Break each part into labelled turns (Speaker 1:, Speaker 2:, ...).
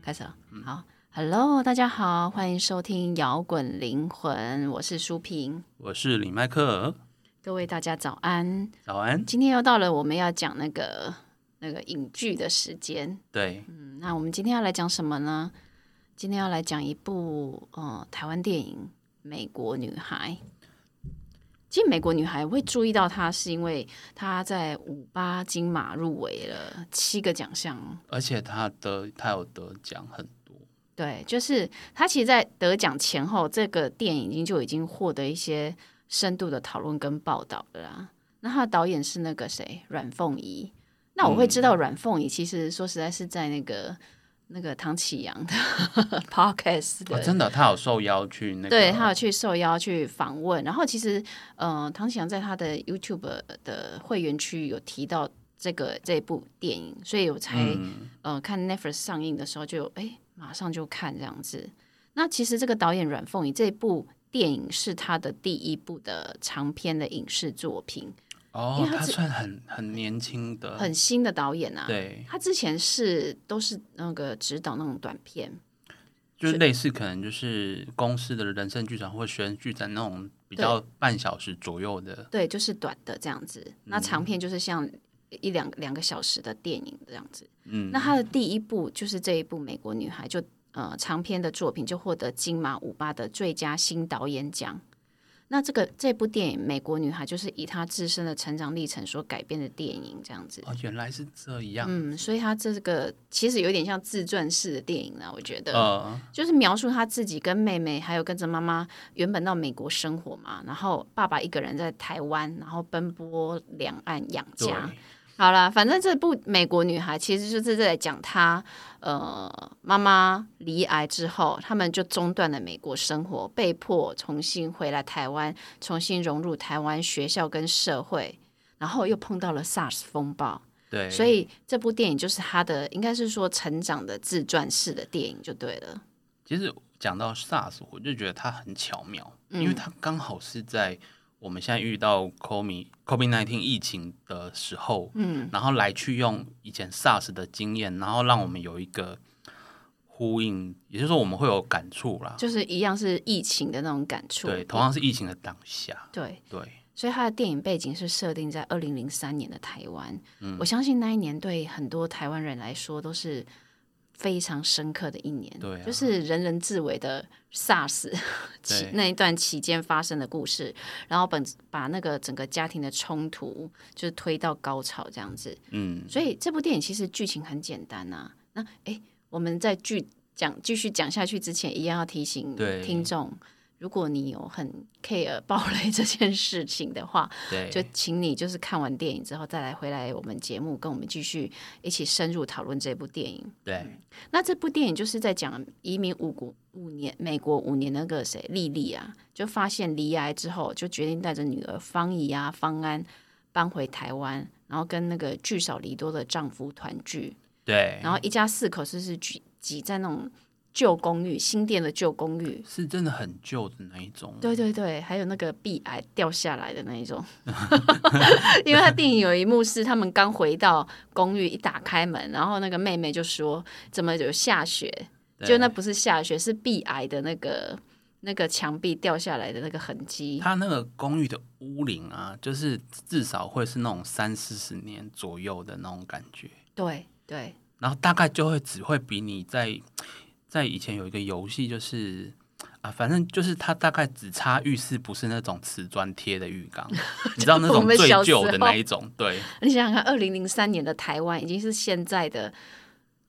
Speaker 1: 开始了。好，Hello，大家好，欢迎收听摇滚灵魂，我是舒平。
Speaker 2: 我是李麦克，
Speaker 1: 各位大家早安，
Speaker 2: 早安。
Speaker 1: 今天又到了我们要讲那个那个影剧的时间。
Speaker 2: 对，
Speaker 1: 嗯，那我们今天要来讲什么呢？今天要来讲一部呃台湾电影《美国女孩》。其实《美国女孩》我会注意到她，是因为她在五八金马入围了七个奖项。
Speaker 2: 而且他的他有得奖很多，
Speaker 1: 对，就是她其实，在得奖前后，这个电影已经就已经获得一些深度的讨论跟报道了啦。那她的导演是那个谁，阮凤仪。那我会知
Speaker 2: 嗯
Speaker 1: 道阮凤仪，其实说实在是在那个那个唐启阳的 podcast 的
Speaker 2: 哦、真的，他有受邀去那个，
Speaker 1: 对他有去受邀去访问，然后其实呃，唐启阳在他的 YouTube 的会员区有提到这个这部电影，所以我才、
Speaker 2: 嗯
Speaker 1: 呃看 Netflix 上映的时候就哎马上就看这样子。那其实这个导演阮凤仪这部电影是他的第一部的长篇的影视作品，因
Speaker 2: 哦
Speaker 1: 为，他
Speaker 2: 他
Speaker 1: 是
Speaker 2: 算很很年轻的，
Speaker 1: 很新的导演啊。
Speaker 2: 对，
Speaker 1: 他之前是都是那个指导那种短片，
Speaker 2: 就是类似可能就是公司的人生剧场或学生剧展那种比较半小时左右的，
Speaker 1: 对，就是短的这样子。那
Speaker 2: 嗯
Speaker 1: 长片就是像一两两个小时的电影这样子。
Speaker 2: 嗯，
Speaker 1: 那他的第一部就是这一部《美国女孩》就，呃长篇的作品就获得金马五八的最佳新导演奖。那这个这部电影《美国女孩》就是以她自身的成长历程所改编的电影，这样子。
Speaker 2: 哦，原来是这样，
Speaker 1: 嗯，所以她这个其实有点像自传式的电影啦，我觉得。
Speaker 2: 呃，
Speaker 1: 就是描述他自己跟妹妹，还有跟着妈妈原本到美国生活嘛，然后爸爸一个人在台湾，然后奔波两岸养
Speaker 2: 对，
Speaker 1: 家。好啦，反正这部《美国女孩》其实就是在讲她，呃，妈妈离癌之后，他们就中断了美国生活，被迫重新回来台湾，重新融入台湾学校跟社会，然后又碰到了 SARS 风暴，
Speaker 2: 对，
Speaker 1: 所以这部电影就是她的，应该是说成长的自传式的电影就对了。
Speaker 2: 其实讲到 SARS，我就觉得它很巧妙，
Speaker 1: 嗯
Speaker 2: 因为它刚好是在我们现在遇到 COVID COVID nineteen 疫情的时候，嗯，然后来去用以前 SARS 的经验，然后让我们有一个呼应，也就是说我们会有感触啦。
Speaker 1: 就是一样是疫情的那种感触。
Speaker 2: 对，同样是疫情的当下，
Speaker 1: 对
Speaker 2: 对，
Speaker 1: 所以他的电影背景是设定在二零零三年的台湾。
Speaker 2: 嗯
Speaker 1: 我相信那一年对很多台湾人来说都是非常深刻的一年，
Speaker 2: 对啊
Speaker 1: 就是人人自危的 SARS 期那一段期间发生的故事，然后本把那个整个家庭的冲突就是推到高潮这样子。
Speaker 2: 嗯，
Speaker 1: 所以这部电影其实剧情很简单呐、那诶，我们在剧讲继续讲下去之前，一样要提醒
Speaker 2: 对
Speaker 1: 听众，如果你有很 care 暴雷这件事情的话，
Speaker 2: 对，
Speaker 1: 就请你就是看完电影之后再来回来我们节目，跟我们继续一起深入讨论这部电影。
Speaker 2: 对，
Speaker 1: 那这部电影就是在讲移民五国五年，美国五年那个谁莉莉啊，就发现离癌之后，就决定带着女儿方怡啊、方安搬回台湾，然后跟那个聚少离多的丈夫团聚，
Speaker 2: 对，
Speaker 1: 然后一家四口就是挤挤在那种旧公寓、新店的旧公寓。
Speaker 2: 是真的很旧的那一种，
Speaker 1: 对对对，还有那个壁癌掉下来的那一种， 因为他电影有一幕是他们刚回到公寓，一打开门，然后那个妹妹就说：“怎么有下雪？”
Speaker 2: 对
Speaker 1: 就那不是下雪，是壁癌的那个那个墙壁掉下来的那个痕迹。
Speaker 2: 它那个公寓的屋龄啊，就是至少会是那种三四十年左右的那种感觉，
Speaker 1: 对对，
Speaker 2: 然后大概就会只会比你在在以前有一个游戏，就是啊，反正就是它大概只差浴室不是那种瓷砖贴的浴 缸，你知道那
Speaker 1: 我
Speaker 2: 种
Speaker 1: 们
Speaker 2: 最
Speaker 1: 小时
Speaker 2: 旧
Speaker 1: 候
Speaker 2: 的那一种，对，
Speaker 1: 你想想看，二零零三年的台湾已经是现在的，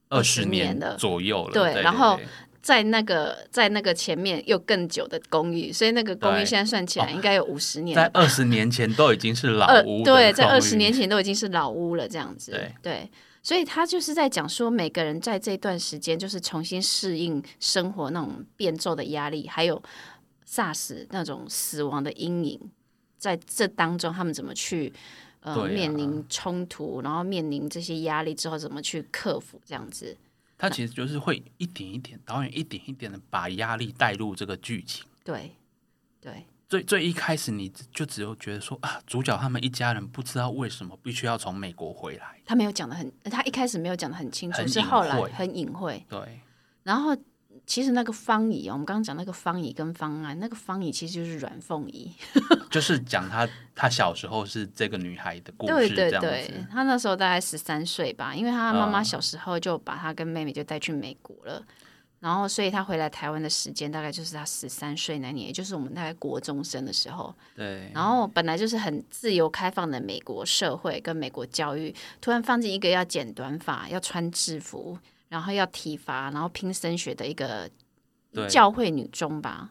Speaker 2: 二
Speaker 1: 20
Speaker 2: 十
Speaker 1: 年
Speaker 2: 年
Speaker 1: 了
Speaker 2: 左右了，
Speaker 1: 对
Speaker 2: 对，
Speaker 1: 然后
Speaker 2: 对
Speaker 1: 在那个在那个前面又更久的公寓，所以那个公寓
Speaker 2: 对哦
Speaker 1: 现在算起来应该有五十年
Speaker 2: 在
Speaker 1: 了。
Speaker 2: 二十年前都已经是老
Speaker 1: 二
Speaker 2: 屋的公寓，
Speaker 1: 对，在二十年前都已经是老屋了，这样子。
Speaker 2: 对
Speaker 1: 所以他就是在讲说，每个人在这段时间就是重新适应生活那种变奏的压力，还有 SARS 那种死亡的阴影，在这当中他们怎么去呃、
Speaker 2: 对啊
Speaker 1: 面临冲突，然后面临这些压力之后怎么去克服，这样子。
Speaker 2: 它其实就是会一点一点，导演一点一点的把压力带入这个剧情。
Speaker 1: 对，对，
Speaker 2: 最最一开始，你就只有觉得说啊，主角他们一家人不知道为什么必须要从美国回来，
Speaker 1: 他没有讲的很，他一开始没有讲的很清楚，
Speaker 2: 很
Speaker 1: 是后
Speaker 2: 隐
Speaker 1: 来
Speaker 2: 晦
Speaker 1: 很隐晦。
Speaker 2: 对，
Speaker 1: 然后其实那个方怡哦，我们刚刚讲那个方怡跟方案，那个方怡其实就是阮凤仪，
Speaker 2: 就是讲她她小时候是这个女孩的故
Speaker 1: 对
Speaker 2: 事这
Speaker 1: 对
Speaker 2: 样
Speaker 1: 对
Speaker 2: 子，，
Speaker 1: 她那时候大概十三岁吧，因为她妈妈
Speaker 2: 嗯
Speaker 1: 小时候就把她跟妹妹就带去美国了。然后，所以她回来台湾的时间大概就是她十三岁那年，也就是我们大概国中生的时候。
Speaker 2: 哎对
Speaker 1: 然后本来就是很自由开放的美国社会跟美国教育，突然放进一个要剪短发、要穿制服，然后要体罚，然后拼升学的一个
Speaker 2: 对
Speaker 1: 教会女中吧，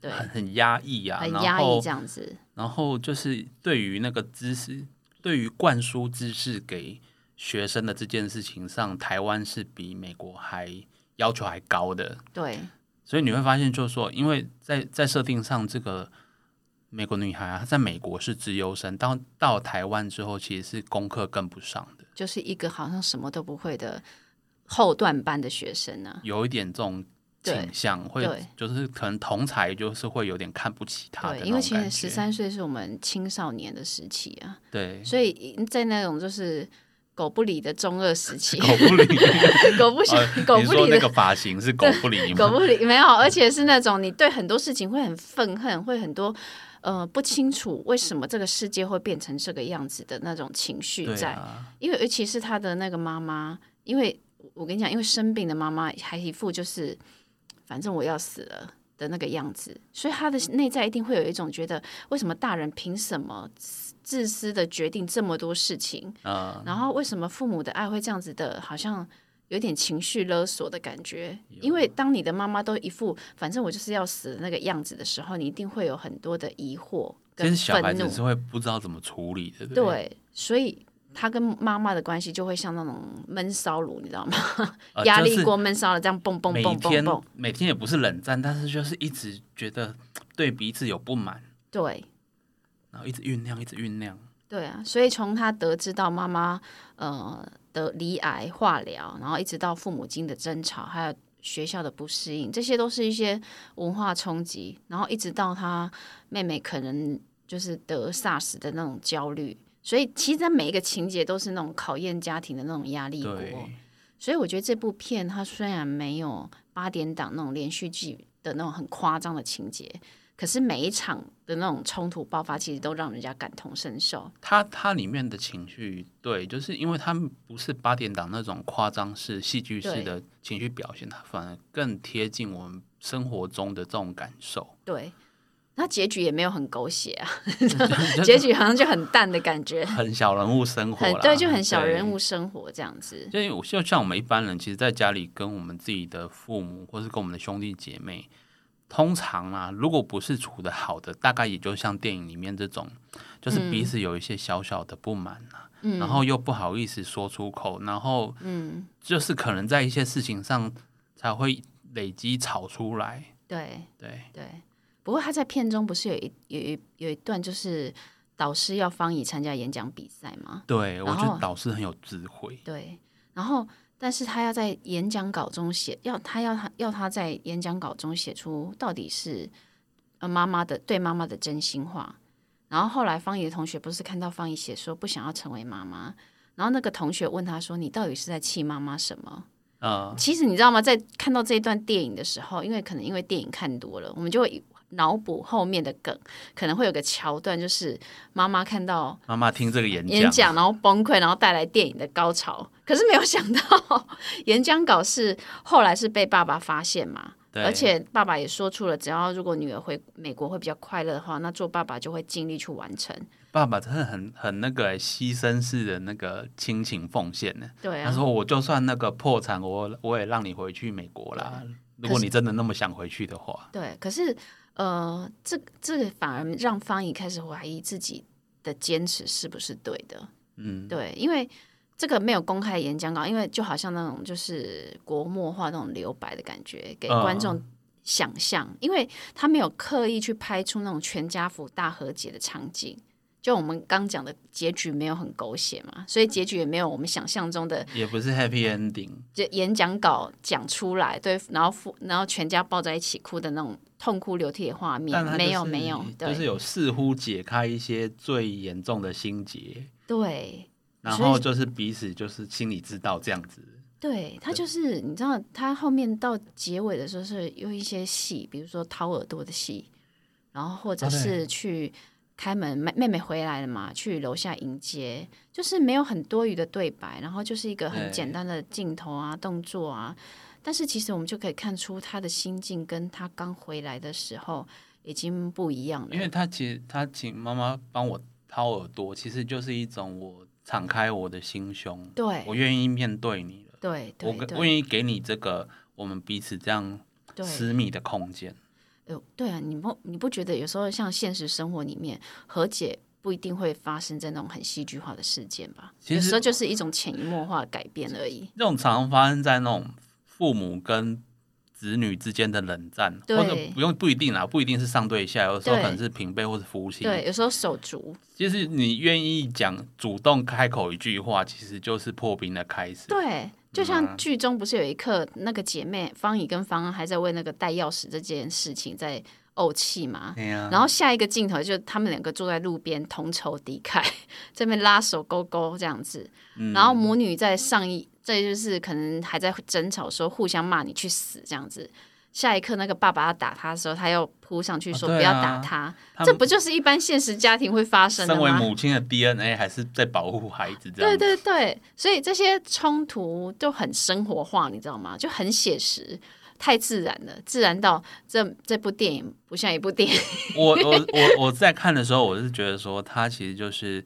Speaker 1: 对，
Speaker 2: 很很压抑啊，
Speaker 1: 很
Speaker 2: 然
Speaker 1: 压抑
Speaker 2: 后
Speaker 1: 这样子。
Speaker 2: 然后就是对于那个知识，对于灌输知识给学生的这件事情上，台湾是比美国还要求还高的。
Speaker 1: 对，
Speaker 2: 所以你会发现，就是说，因为在在设定上，这个美国女孩啊，她在美国是资优生，到到台湾之后，其实是功课跟不上的，
Speaker 1: 就是一个好像什么都不会的后段班的学生啊呢、
Speaker 2: 有一点这种
Speaker 1: 对
Speaker 2: 倾向，会
Speaker 1: 对
Speaker 2: 就是可能同才就是会有点看不起她的
Speaker 1: 对，
Speaker 2: 那
Speaker 1: 因为
Speaker 2: 种
Speaker 1: 其实
Speaker 2: 感
Speaker 1: 十
Speaker 2: 觉。
Speaker 1: 三岁是我们青少年的时期啊，
Speaker 2: 对，
Speaker 1: 所以在那种就是狗不理的中二时期，
Speaker 2: 狗不理，
Speaker 1: 狗不想、
Speaker 2: 呃
Speaker 1: 狗
Speaker 2: 你
Speaker 1: 不
Speaker 2: 说
Speaker 1: 理
Speaker 2: 那
Speaker 1: 的
Speaker 2: 个发 型是狗不理吗？
Speaker 1: 狗不理没有，而且是那种你对很多事情会很愤恨，会很多呃不清楚为什么这个世界会变成这个样子的那种情绪
Speaker 2: 对
Speaker 1: 在，
Speaker 2: 啊，
Speaker 1: 因为尤其是他的那个妈妈，因为我跟你讲，因为生病的妈妈还一副就是反正我要死了。的那个样子，所以他的内在一定会有一种觉得，为什么大人凭什么自私的决定这么多事情？
Speaker 2: 嗯，
Speaker 1: 然后为什么父母的爱会这样子的，好像有点情绪勒索的感觉？因为当你的妈妈都一副反正我就是要死的那个样子的时候，你一定会有很多的疑惑
Speaker 2: 其
Speaker 1: 跟
Speaker 2: 实小孩
Speaker 1: 愤
Speaker 2: 子
Speaker 1: 怒。
Speaker 2: 是会不知道怎么处理的，对不对
Speaker 1: 对，所以他跟妈妈的关系就会像那种闷烧炉，你知道吗？
Speaker 2: 呃
Speaker 1: 压
Speaker 2: 就
Speaker 1: 力
Speaker 2: 是
Speaker 1: 锅闷烧了，这样蹦蹦
Speaker 2: 每
Speaker 1: 蹦蹦
Speaker 2: 天
Speaker 1: 蹦。
Speaker 2: 每天也不是冷战，但是就是一直觉得对彼此有不满，
Speaker 1: 对
Speaker 2: 然后一直酝酿，一直酝酿。
Speaker 1: 对啊，所以从他得知到妈妈呃的离癌化疗，然后一直到父母亲的争吵，还有。学校的不适应，这些都是一些文化冲击，然后一直到他妹妹可能就是得 SARS 的那种焦虑，所以其实他每一个情节都是那种考验家庭的那种压力锅。
Speaker 2: 对，
Speaker 1: 所以我觉得这部片它虽然没有八点档那种连续剧的那种很夸张的情节，可是每一场的那种冲突爆发，其实都让人家感同身受。
Speaker 2: 他他里面的情绪，对，就是因为他们不是八点档那种夸张式、戏剧式
Speaker 1: 对
Speaker 2: 的情绪表现，他反而更贴近我们生活中的这种感受。
Speaker 1: 对，那结局也没有很狗血 啊，结
Speaker 2: 就
Speaker 1: 局好像就很淡的感觉，
Speaker 2: 很小人物生活
Speaker 1: 很
Speaker 2: 啦，
Speaker 1: 对，就很小人
Speaker 2: 对
Speaker 1: 物生活这样子。
Speaker 2: 就我就像我们一般人，其实在家里跟我们自己的父母，或是跟我们的兄弟姐妹，通常啊，如果不是处的好的，大概也就像电影里面这种，就是
Speaker 1: 嗯
Speaker 2: 彼此有一些小小的不满啊，然后又不好意思说出口，然后
Speaker 1: 嗯，
Speaker 2: 就是可能在一些事情上才会累积吵出来。
Speaker 1: 对
Speaker 2: 对，
Speaker 1: 对。不过他在片中不是有一有一有一段就是导师要方怡参加演讲比赛吗？
Speaker 2: 对我
Speaker 1: 然
Speaker 2: 觉
Speaker 1: 后
Speaker 2: 得导师很有智慧，
Speaker 1: 对，然后但是他要在演讲稿中写，要他要他要他在演讲稿中写出到底是呃妈妈的对妈妈的真心话。然后后来方怡的同学不是看到方怡写说不想要成为妈妈，然后那个同学问他说：“你到底是在气妈妈什么？”
Speaker 2: 嗯，
Speaker 1: 其实你知道吗？在看到这一段电影的时候，因为可能因为电影看多了，我们就会脑补后面的梗，可能会有个桥段，就是妈妈看到
Speaker 2: 妈妈听这个演
Speaker 1: 演
Speaker 2: 讲
Speaker 1: 讲，然后崩溃，然后带来电影的高潮。可是没有 想到，演讲稿是后来是被爸爸发现嘛，
Speaker 2: 对
Speaker 1: 而且爸爸也说出了，只要如果女儿回美国会比较快乐的话，那做爸爸就会尽力去完成。
Speaker 2: 爸爸真的很很那个欸牺牲式的那个亲情奉献欸呢。
Speaker 1: 对
Speaker 2: 他
Speaker 1: 啊，
Speaker 2: 说：“我就算那个破产，我我也让你回去美国啦。
Speaker 1: 啊
Speaker 2: 如果你真的那么想回去的话，
Speaker 1: 对，可是呃，这这个反而让方怡开始怀疑自己的坚持是不是对的。
Speaker 2: 嗯，
Speaker 1: 对，因为这个没有公开演讲稿，因为就好像那种就是国墨化那种留白的感觉，
Speaker 2: 嗯
Speaker 1: 给观众想象，因为他没有刻意去拍出那种全家福大和解的场景。就我们刚讲的结局没有很狗血嘛，所以结局也没有我们想象中的
Speaker 2: 也不是 happy ending。
Speaker 1: 就演讲稿讲出来，对，然后父然后全家抱在一起哭的那种痛哭流涕的画面
Speaker 2: 但，他
Speaker 1: 没
Speaker 2: 就
Speaker 1: 有
Speaker 2: 是
Speaker 1: 没有，对、
Speaker 2: 就是有似乎解开一些最严重的心结，
Speaker 1: 对，
Speaker 2: 然
Speaker 1: 所以
Speaker 2: 后就是彼此就是心里知道这样子。
Speaker 1: 对他就是你知道，他后面到结尾的时候是有一些戏，比如说掏耳朵的戏，然后或者
Speaker 2: 啊对
Speaker 1: 是去开门，妹妹妹回来了嘛，去楼下迎接，就是没有很多余的对白，然后就是一个很
Speaker 2: 对
Speaker 1: 简单的镜头啊、动作啊。但是其实我们就可以看出他的心境跟他刚回来的时候已经不一样了。
Speaker 2: 因为他其实他请妈妈帮我掏耳朵，其实就是一种我敞开我的心胸，
Speaker 1: 对
Speaker 2: 我愿意面对你了，
Speaker 1: 对
Speaker 2: 我
Speaker 1: 对
Speaker 2: 我
Speaker 1: 对
Speaker 2: 愿意给你这个我们彼此这样
Speaker 1: 对，
Speaker 2: 私密的空间。
Speaker 1: 呃，对啊，你不你不觉得有时候像现实生活里面和解不一定会发生在那种很戏剧化的事件吧？
Speaker 2: 其
Speaker 1: 有
Speaker 2: 实
Speaker 1: 时候就是一种潜移默化的改变而已。
Speaker 2: 这种常常发生在那种父母跟子女之间的冷战，
Speaker 1: 对
Speaker 2: 或者不用不一定啦，不一定是上对下，有时候
Speaker 1: 对
Speaker 2: 可能是平辈或是夫妻。
Speaker 1: 对，有时候手足，
Speaker 2: 其实你愿意讲主动开口一句话，其实就是嗯破冰的开始。
Speaker 1: 对，就像剧中不是有一刻那个姐妹方怡跟方安还在为那个带钥匙这件事情在怄气嘛？
Speaker 2: 对呀、
Speaker 1: 然后下一个镜头就是他们两个坐在路边同仇敌忾， 这边拉手勾勾这样子。
Speaker 2: 嗯
Speaker 1: 然后母女在上一，这就是可能还在争吵，说互相骂你去死这样子。下一刻，那个爸爸要打他的时候，他又扑上去说
Speaker 2: 哦对啊
Speaker 1: 不要打他，
Speaker 2: 他们
Speaker 1: 这不就是一般现实家庭会发生的
Speaker 2: 身为
Speaker 1: 吗？
Speaker 2: 母亲的 DNA 还是在保护孩子这样。
Speaker 1: 对对对，所以这些冲突就很生活化，你知道吗？就很写实，太自然了，自然到这这部电影不像一部电影。
Speaker 2: 我我我 我在看的时候，我是觉得说，它其实就是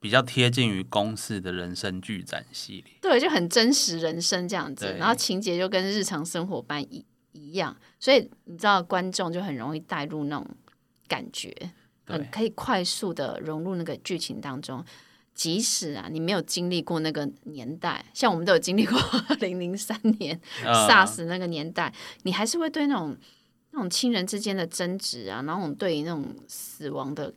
Speaker 2: 比较贴近于公式的人生剧展系列。
Speaker 1: 对，就很真实人生这样子，
Speaker 2: 对
Speaker 1: 然后情节就跟日常生活般一一样，所以你知道观众就很容易带入那种感觉，
Speaker 2: 对
Speaker 1: 很可以快速的融入那个剧情当中。即使啊，你没有经历过那个年代，像我们都有经历过 零零三年、
Speaker 2: 呃
Speaker 1: SARS 那个年代，你还是会对那种那种亲人之间的争执啊，然后对于那种死亡的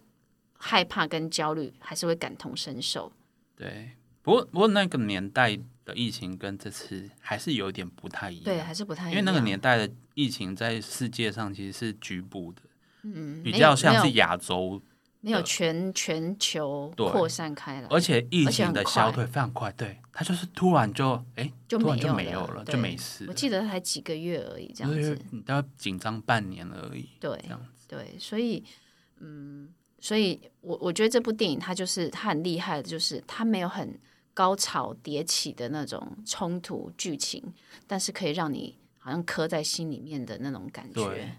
Speaker 1: 害怕跟焦虑，还是会感同身受。
Speaker 2: 对，不过不过那个年代的疫情跟这次还是有点不太一样。
Speaker 1: 对，还是不太一
Speaker 2: 因为那个
Speaker 1: 样
Speaker 2: 年代的疫情在世界上其实是局部的，
Speaker 1: 嗯，
Speaker 2: 比
Speaker 1: 没有
Speaker 2: 较
Speaker 1: 没
Speaker 2: 像
Speaker 1: 有
Speaker 2: 是亚洲，
Speaker 1: 没有
Speaker 2: 的
Speaker 1: 全全球
Speaker 2: 对
Speaker 1: 扩散开来，
Speaker 2: 而且疫
Speaker 1: 而且
Speaker 2: 情
Speaker 1: 很
Speaker 2: 的
Speaker 1: 快
Speaker 2: 消退非常快，对，它就是突然就哎、
Speaker 1: 就
Speaker 2: 突
Speaker 1: 没
Speaker 2: 然就
Speaker 1: 有
Speaker 2: 没有
Speaker 1: 了
Speaker 2: 了，
Speaker 1: 对
Speaker 2: 就没事
Speaker 1: 我
Speaker 2: 了，
Speaker 1: 记得才几个月而已，这样
Speaker 2: 就是
Speaker 1: 子。
Speaker 2: 你都要紧张半年而已。
Speaker 1: 对
Speaker 2: 这样
Speaker 1: 对，所以嗯，所以我我觉得这部电影它就是它很厉害的，就是它没有很高潮迭起的那种冲突剧情，但是可以让你好像刻在心里面的那种感
Speaker 2: 对
Speaker 1: 觉。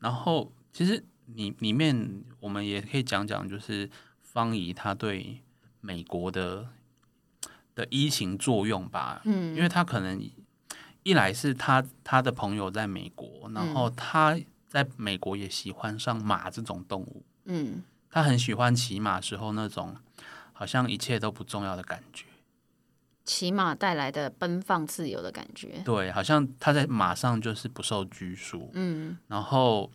Speaker 2: 然后其实里里面我们也可以讲讲，就是方怡她对美国的的疫情作用吧，嗯，因为她可能一来是她她的朋友在美国，然后她在美国也喜欢上马这种动物，
Speaker 1: 嗯，
Speaker 2: 她很喜欢骑马时候那种好像一切都不重要的感觉，
Speaker 1: 骑马带来的奔放自由的感觉。
Speaker 2: 对，好像她在马上就是不受拘束，
Speaker 1: 嗯，
Speaker 2: 然后，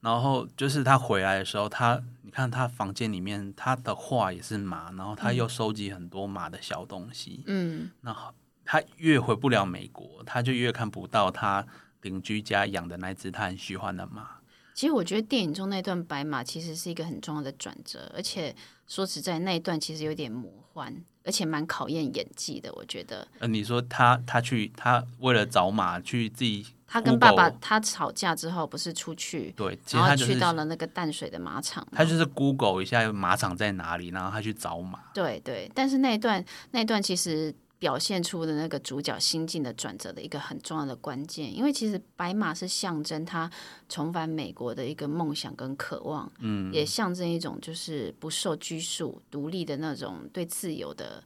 Speaker 2: 然后就是他回来的时候，他你看他房间里面他的画也是马，然后他又收集很多马的小东西。
Speaker 1: 嗯，
Speaker 2: 那、他越回不了美国，他就越看不到他邻居家养的那只他很喜欢的马。
Speaker 1: 其实我觉得电影中那段白马其实是一个很重要的转折，而且说实在，那一段其实有点魔幻，而且蛮考验演技的。我觉得
Speaker 2: 呃，你说他他去他为了找马去自己
Speaker 1: 他跟爸
Speaker 2: Google-
Speaker 1: 爸他吵架之后，不是出去，
Speaker 2: 对，其实
Speaker 1: 然后
Speaker 2: 他就是
Speaker 1: 去到了那个淡水的马场嘛。
Speaker 2: 他就是 Google 一下马场在哪里，然后他去找马。
Speaker 1: 对对，但是那一段那一段其实表现出的那个主角心境的转折的一个很重要的关键，因为其实白马是象征他重返美国的一个梦想跟渴望，嗯，也象征一种就是不受拘束、独立的那种对自由的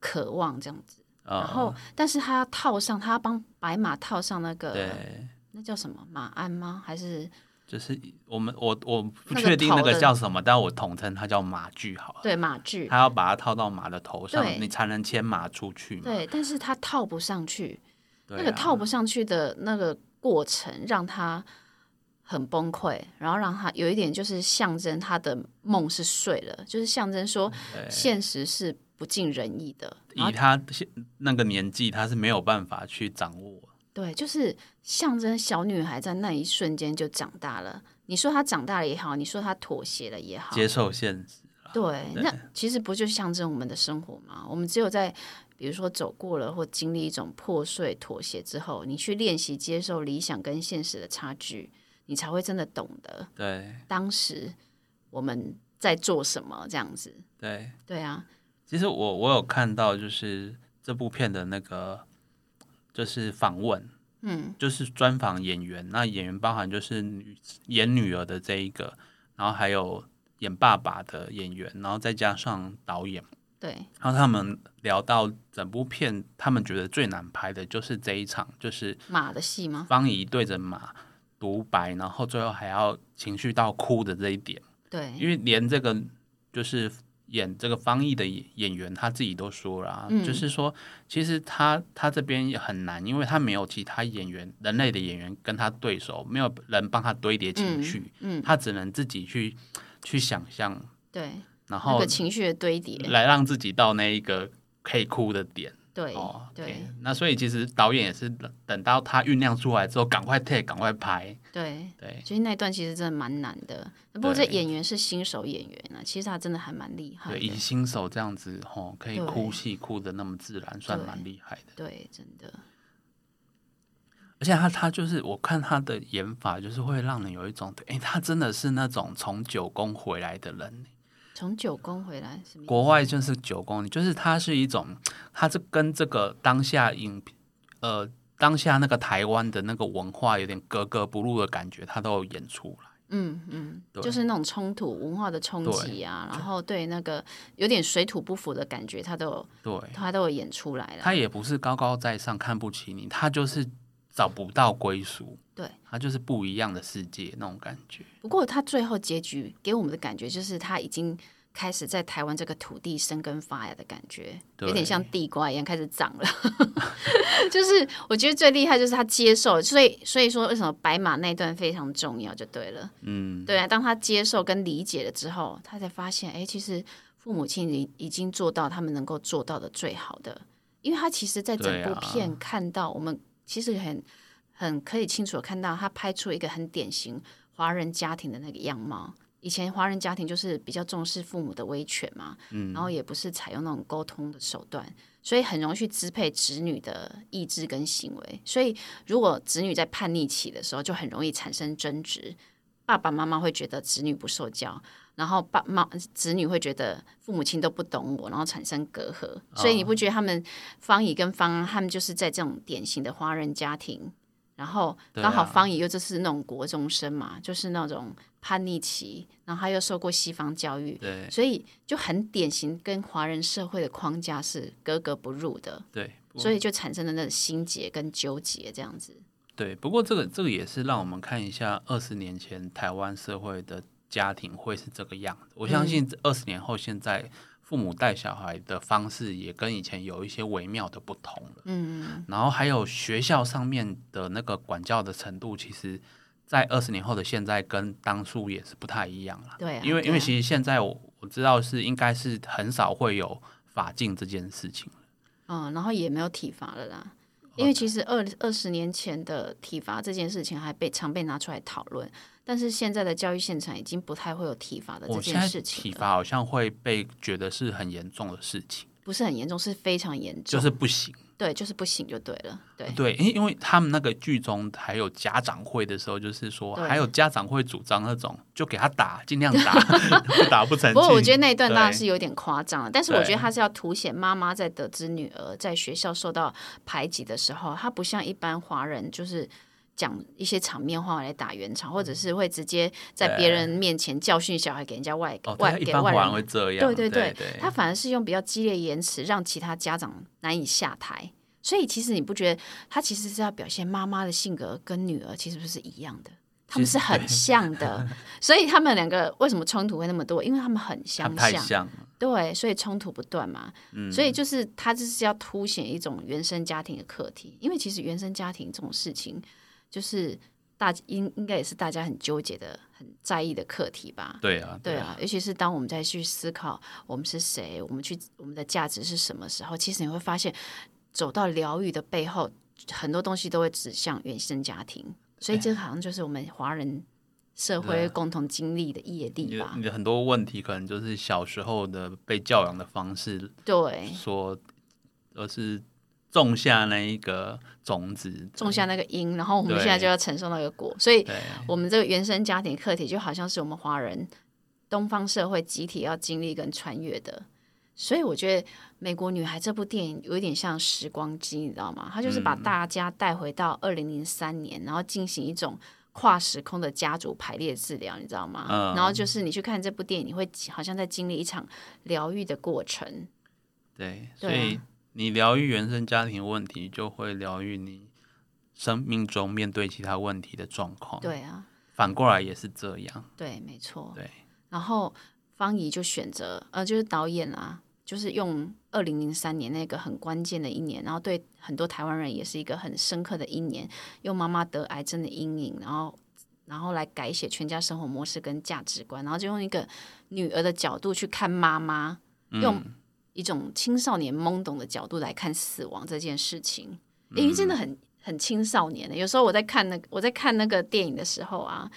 Speaker 1: 渴望这样子。然
Speaker 2: 呃，
Speaker 1: 后，但是他套上他帮白马套上那个
Speaker 2: 对。
Speaker 1: 那叫什么马鞍吗？还是
Speaker 2: 就是我们我我不
Speaker 1: 那个
Speaker 2: 确定那
Speaker 1: 头
Speaker 2: 个
Speaker 1: 的
Speaker 2: 叫什么，但我统称它叫马具好了。
Speaker 1: 对马具？
Speaker 2: 它要把它套到马的头上
Speaker 1: 对，
Speaker 2: 你才能牵马出去嘛。
Speaker 1: 对，但是他套不上去，
Speaker 2: 对
Speaker 1: 那个
Speaker 2: 啊
Speaker 1: 套不上去的那个过程，让他很崩溃，然后让他有一点就是象征他的梦是碎了，就是象征说现实是不尽人意的。然后
Speaker 2: 以他现那个年纪，他是没有办法去掌握。
Speaker 1: 对，就是象征小女孩在那一瞬间就长大了。你说她长大了也好，你说她妥协了也好，
Speaker 2: 接受现实，啦。
Speaker 1: 对，
Speaker 2: 对
Speaker 1: 那其实不就象征我们的生活吗？我们只有在比如说走过了或经历一种破碎、妥协之后，你去练习接受理想跟现实的差距，你才会真的懂得
Speaker 2: 对
Speaker 1: 当时我们在做什么这样子。
Speaker 2: 对，
Speaker 1: 对啊，
Speaker 2: 其实我我有看到就是这部片的那个就是访问，嗯，就是专访演员，那演员包含就是女演女儿的这一个，然后还有演爸爸的演员，然后再加上导演。
Speaker 1: 对，
Speaker 2: 然后他们聊到整部片，他们觉得最难拍的就是这一场，就是
Speaker 1: 马的戏吗？
Speaker 2: 方怡对着马独白，然后最后还要情绪到哭的这一点，
Speaker 1: 对，
Speaker 2: 因为连这个就是演这个方毅的演演员他自己都说了、啊，
Speaker 1: 嗯
Speaker 2: 就是说其实他他这边也很难，因为他没有其他演员，人类的演员跟他对手，没有人帮他堆叠情绪，
Speaker 1: 嗯，
Speaker 2: 他只能自己去去想象，
Speaker 1: 对，
Speaker 2: 然
Speaker 1: 那
Speaker 2: 后
Speaker 1: 个情绪的堆叠，
Speaker 2: 来让自己到那一个可以哭的点。
Speaker 1: 对
Speaker 2: 哦，
Speaker 1: 对
Speaker 2: OK，那所以其实导演也是等等到他酝酿出来之后，赶快 take，赶快拍，
Speaker 1: 对。
Speaker 2: 对
Speaker 1: 其实那一段其实真的蛮难的，不过这
Speaker 2: 对
Speaker 1: 演员是新手演员啊，其实他真的还蛮厉害
Speaker 2: 对，
Speaker 1: 的。
Speaker 2: 以新手这样子吼、可以
Speaker 1: 对
Speaker 2: 哭戏哭的那么自然，算蛮厉害的。
Speaker 1: 对，真的，
Speaker 2: 而且他他就是我看他的演法，就是会让人有一种，哎、他真的是那种从九宫回来的人，
Speaker 1: 从九宫回来什么意思？
Speaker 2: 国外就是九宫，就是它是一种，它是跟这个当下影呃当下那个台湾的那个文化有点格格不入的感觉，他都有演出来。
Speaker 1: 嗯嗯，
Speaker 2: 对
Speaker 1: 就是那种冲突文化的冲击啊，然后对那个有点水土不服的感觉，他都有
Speaker 2: 对，
Speaker 1: 他都有演出来了。
Speaker 2: 哎他也不是高高在上看不起你，他就是找不到归属，
Speaker 1: 对，
Speaker 2: 他就是不一样的世界那种感觉。
Speaker 1: 不过他最后结局给我们的感觉就是他已经开始在台湾这个土地生根发芽的感觉，
Speaker 2: 对
Speaker 1: 有点像地瓜一样开始长了。 就是我觉得最厉害就是他接受了，所以所以说为什么白马那一段非常重要就对了。
Speaker 2: 嗯，
Speaker 1: 对啊，当他接受跟理解了之后，他才发现，哎，其实父母亲已已经做到他们能够做到的最好的，因为他其实在整
Speaker 2: 对
Speaker 1: 部
Speaker 2: 啊
Speaker 1: 片看到，我们其实很很可以清楚地看到，他拍出一个很典型华人家庭的那个样貌。以前华人家庭就是比较重视父母的威权嘛，
Speaker 2: 嗯
Speaker 1: 然后也不是采用那种沟通的手段，所以很容易去支配子女的意志跟行为。所以如果子女在叛逆期的时候，就很容易产生争执。爸爸妈妈会觉得子女不受教，然后爸妈子女会觉得父母亲都不懂我，然后产生隔阂。所以
Speaker 2: 哦
Speaker 1: 你不觉得他们方怡跟方安他们就是在这种典型的华人家庭，然后
Speaker 2: 对啊
Speaker 1: 刚好方怡又就是那种国中生嘛，就是那种叛逆期，然后他又受过西方教育，
Speaker 2: 对
Speaker 1: 所以就很典型，跟华人社会的框架是格格不入的，
Speaker 2: 对，
Speaker 1: 所以就产生了那种心结跟纠结这样子。
Speaker 2: 对，不过这个这个也是让我们看一下二十年前台湾社会的家庭会是这个样子。我相信
Speaker 1: 嗯
Speaker 2: 二十年后，现在父母带小孩的方式也跟以前有一些微妙的不同了。
Speaker 1: 嗯，
Speaker 2: 然后还有学校上面的那个管教的程度，其实，在二十年后的现在跟当初也是不太一样了。
Speaker 1: 对啊
Speaker 2: 因为
Speaker 1: 对啊
Speaker 2: 因为其实现在我我知道是应该是很少会有法禁这件事情。
Speaker 1: 嗯，然后也没有体罚了啦。因为其实二二十年前的体罚这件事情还被常被拿出来讨论，但是现在的教育现场已经不太会有体罚呃的这
Speaker 2: 我哦现
Speaker 1: 件
Speaker 2: 在
Speaker 1: 事情
Speaker 2: 体
Speaker 1: 了，
Speaker 2: 罚好像会被觉得是很严重的事情，
Speaker 1: 不是很严重，是非常严重，
Speaker 2: 就是不行。
Speaker 1: 对，就是不行就对了，对
Speaker 2: 对，因因为他们那个剧中还有家长会的时候，就是说
Speaker 1: 对
Speaker 2: 还有家长会主张那种就给他打，尽量打， 不打不成器。
Speaker 1: 不过我觉得那一段当然
Speaker 2: 对
Speaker 1: 是有点夸张了，但是我觉
Speaker 2: 对
Speaker 1: 得他是要凸显妈妈在得知女儿在学校受到排挤的时候，她不像一般华人就是。讲一些场面话来打圆场，或
Speaker 2: 嗯
Speaker 1: 者是会直接在别人面前教训小孩，给人家外、
Speaker 2: 哦，
Speaker 1: 外
Speaker 2: 对，一
Speaker 1: 给
Speaker 2: 般
Speaker 1: 外
Speaker 2: 华人
Speaker 1: 人
Speaker 2: 会这样。
Speaker 1: 对对
Speaker 2: 对
Speaker 1: 对，他反而是用比较激烈的言辞让其他家长难以下台。所以其实你不觉得他其实是要表现妈妈的性格跟女儿其实不是一样的，他们
Speaker 2: 其
Speaker 1: 是
Speaker 2: 实
Speaker 1: 很像的。所以他们两个为什么冲突会那么多？因为他们很
Speaker 2: 他
Speaker 1: 相
Speaker 2: 们太
Speaker 1: 像，
Speaker 2: 像了。嗯
Speaker 1: 对，所以冲突不断嘛。所以就是他就是要凸显一种原生家庭的课题，因为其实原生家庭这种事情，就是大应应该也是大家很纠结的、很在意的课题吧。
Speaker 2: 对啊，
Speaker 1: 对啊，尤其是当我们再去思考我们是谁，我们去我们的价值是什么时候，其实你会发现，走到疗愈的背后，很多东西都会指向原生家庭，所以这好像就是我们华人社会共同经历的业
Speaker 2: 你
Speaker 1: 力
Speaker 2: 的
Speaker 1: 吧。
Speaker 2: 你的很多问题可能就是小时候的被教养的方式
Speaker 1: 对，
Speaker 2: 所，而呃是种下那一个种子，
Speaker 1: 种下那个因，然后我们
Speaker 2: 对
Speaker 1: 现在就要承受那个果，所以
Speaker 2: 对
Speaker 1: 我们这个原生家庭课题就好像是我们华人东方社会集体要经历跟穿越的。所以我觉得《美国女孩》这部电影有一点像时光机，你知道吗？它就是
Speaker 2: 嗯
Speaker 1: 把大家带回到二零零三年，然后进行一种跨时空的家族排列治疗，你知道吗？
Speaker 2: 嗯
Speaker 1: 然后就是你去看这部电影，你会好像在经历一场疗愈的过程。
Speaker 2: 对，
Speaker 1: 对
Speaker 2: 所
Speaker 1: 啊
Speaker 2: 以你疗愈原生家庭问题，就会疗愈你生命中面对其他问题的状况。，
Speaker 1: 对啊，
Speaker 2: 反过来也是这样。
Speaker 1: 对，没错。
Speaker 2: 对，
Speaker 1: 然后方怡就选择，呃，就是导演啊，就是用二零零三年那个很关键的一年，然后对很多台湾人也是一个很深刻的一年，用妈妈得癌症的阴影，然后然后来改写全家生活模式跟价值观，然后就用一个女儿的角度去看妈妈，
Speaker 2: 嗯
Speaker 1: 用一种青少年懵懂的角度来看死亡这件事情，因为真的很。很青少年的，欸有时候我在看那个我在看那个电影的时候啊，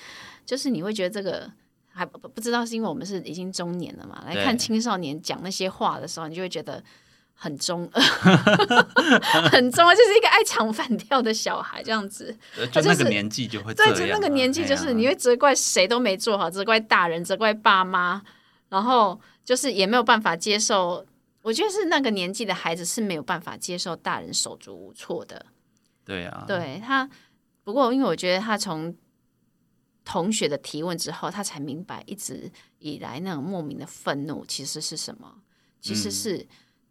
Speaker 1: 就是你会觉得这个还不不知道是因为我们是已经中年了嘛，来
Speaker 2: 对
Speaker 1: 看青少年讲那些话的时候，你就会觉得很中二， 很中二，就是一个爱抢饭票的小孩这样子。
Speaker 2: 呃就
Speaker 1: 就
Speaker 2: 那个
Speaker 1: 是
Speaker 2: 年纪就会这
Speaker 1: 对，
Speaker 2: 样啊。
Speaker 1: 就那个年纪，
Speaker 2: 哎
Speaker 1: 就
Speaker 2: 呀
Speaker 1: 是你会责怪谁都没做好，责怪大人，责怪爸妈，然后就是也没有办法接受。我觉得是那个年纪的孩子是没有办法接受大人手足无措的。
Speaker 2: 对啊，
Speaker 1: 对他，不过因为我觉得他从同学的提问之后，他才明白一直以来那种莫名的愤怒其实是什么，其
Speaker 2: 嗯
Speaker 1: 实是、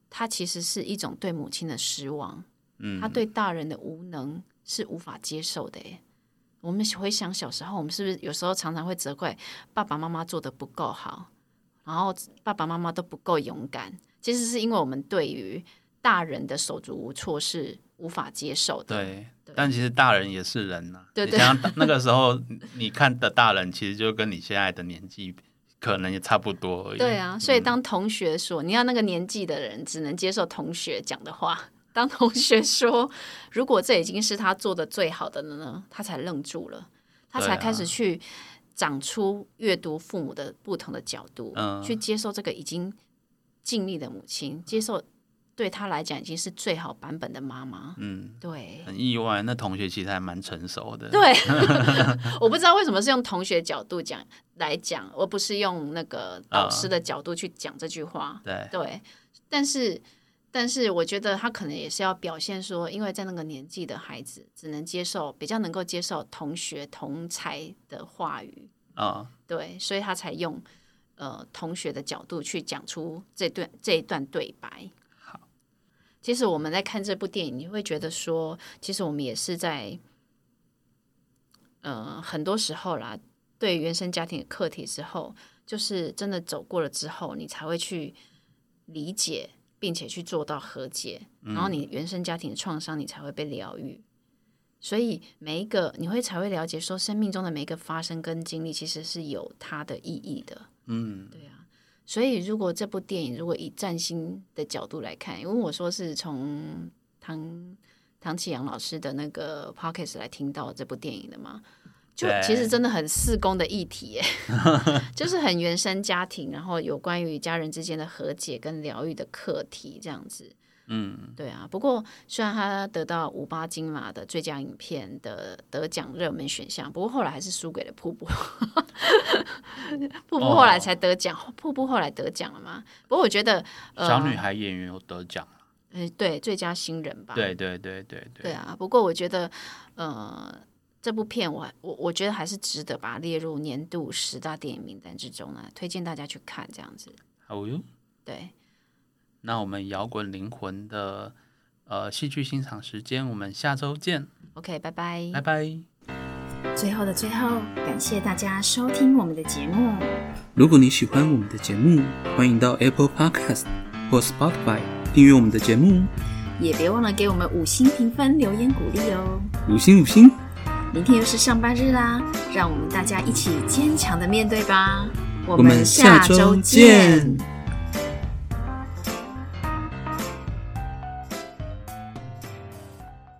Speaker 1: 他其实是一种对母亲的失望，
Speaker 2: 嗯
Speaker 1: 他对大人的无能是无法接受的耶。我们回想小时候，我们是不是有时候常常会责怪爸爸妈妈做的不够好，然后爸爸妈妈都不够勇敢？其实是因为我们对于大人的手足无措是无法接受的。
Speaker 2: 对，但其实大人也是人呐、
Speaker 1: 对
Speaker 2: 你
Speaker 1: 对
Speaker 2: 想想那个时候，你看的大人其实就跟你现在的年纪可能也差不嗯多而已。
Speaker 1: 对啊，所以当同学说，你要那个年纪的人只能接受同学讲的话。当同学说，如果这已经是他做的最好的了呢，他才愣住了，他才
Speaker 2: 对啊
Speaker 1: 开始去长出阅读父母的不同的角度，
Speaker 2: 嗯
Speaker 1: 去接受这个已经尽力的母亲，接受对他来讲已经是最好版本的妈妈。
Speaker 2: 嗯，
Speaker 1: 对，
Speaker 2: 很意外，那同学其实还蛮成熟的。
Speaker 1: 对， 我不知道为什么是用同学角度讲来讲，而不是用那个导
Speaker 2: 啊
Speaker 1: 师的角度去讲这句话。
Speaker 2: 对
Speaker 1: 对，但是但是我觉得他可能也是要表现说，因为在那个年纪的孩子只能接受比较能够接受同学同才的话语，
Speaker 2: 啊、
Speaker 1: 对，所以他才用呃同学的角度去讲出这段这一段对白。
Speaker 2: 好，
Speaker 1: 其实我们在看这部电影，你会觉得说，其实我们也是在，呃，很多时候啦，对原生家庭的课题之后，就是真的走过了之后，你才会去理解，并且去做到和解，然后你原生家庭的创伤，你才会被疗愈。所以每一个你会才会了解说，生命中的每一个发生跟经历，其实是有它的意义的。
Speaker 2: 嗯，
Speaker 1: 对啊，所以如果这部电影如果以占星的角度来看，因为我说是从唐唐启阳老师的那个 podcast 来听到这部电影的嘛，就
Speaker 2: 对
Speaker 1: 其实真的很四宫的议题 耶，就是很原生家庭，然后有关于家人之间的和解跟疗愈的课题这样子。嗯，对啊。不过虽然他得到五八金马的最佳影片的得奖热门选项，不过后来还是输给了瀑布。瀑布后来才得奖，瀑布后来得奖了嘛？不过我觉得，呃，
Speaker 2: 小女孩演员有得奖。
Speaker 1: 呃，对，最佳新人吧，
Speaker 2: 对对对对
Speaker 1: 啊对啊。不过我觉得，呃，这部片我我我觉得还是值得把它列入年度十大电影名单之中呢，推荐大家去看这样子。
Speaker 2: 好哦哟。
Speaker 1: 对，
Speaker 2: 那我们摇滚灵魂的呃戏剧欣赏时间，我们下周见，
Speaker 1: OK，拜拜
Speaker 2: 拜拜。
Speaker 3: 最后的最后，感谢大家收听我们的节目。
Speaker 4: 如果你喜欢我们的节目，欢迎到 Apple Podcast 或 Spotify 订阅我们的节目，
Speaker 3: 也别忘了给我们五星评分、留言鼓励哦。
Speaker 4: 五星五星。
Speaker 3: 明天又是上班日啦，让我们大家一起坚强的面对吧。我
Speaker 4: 我们下周见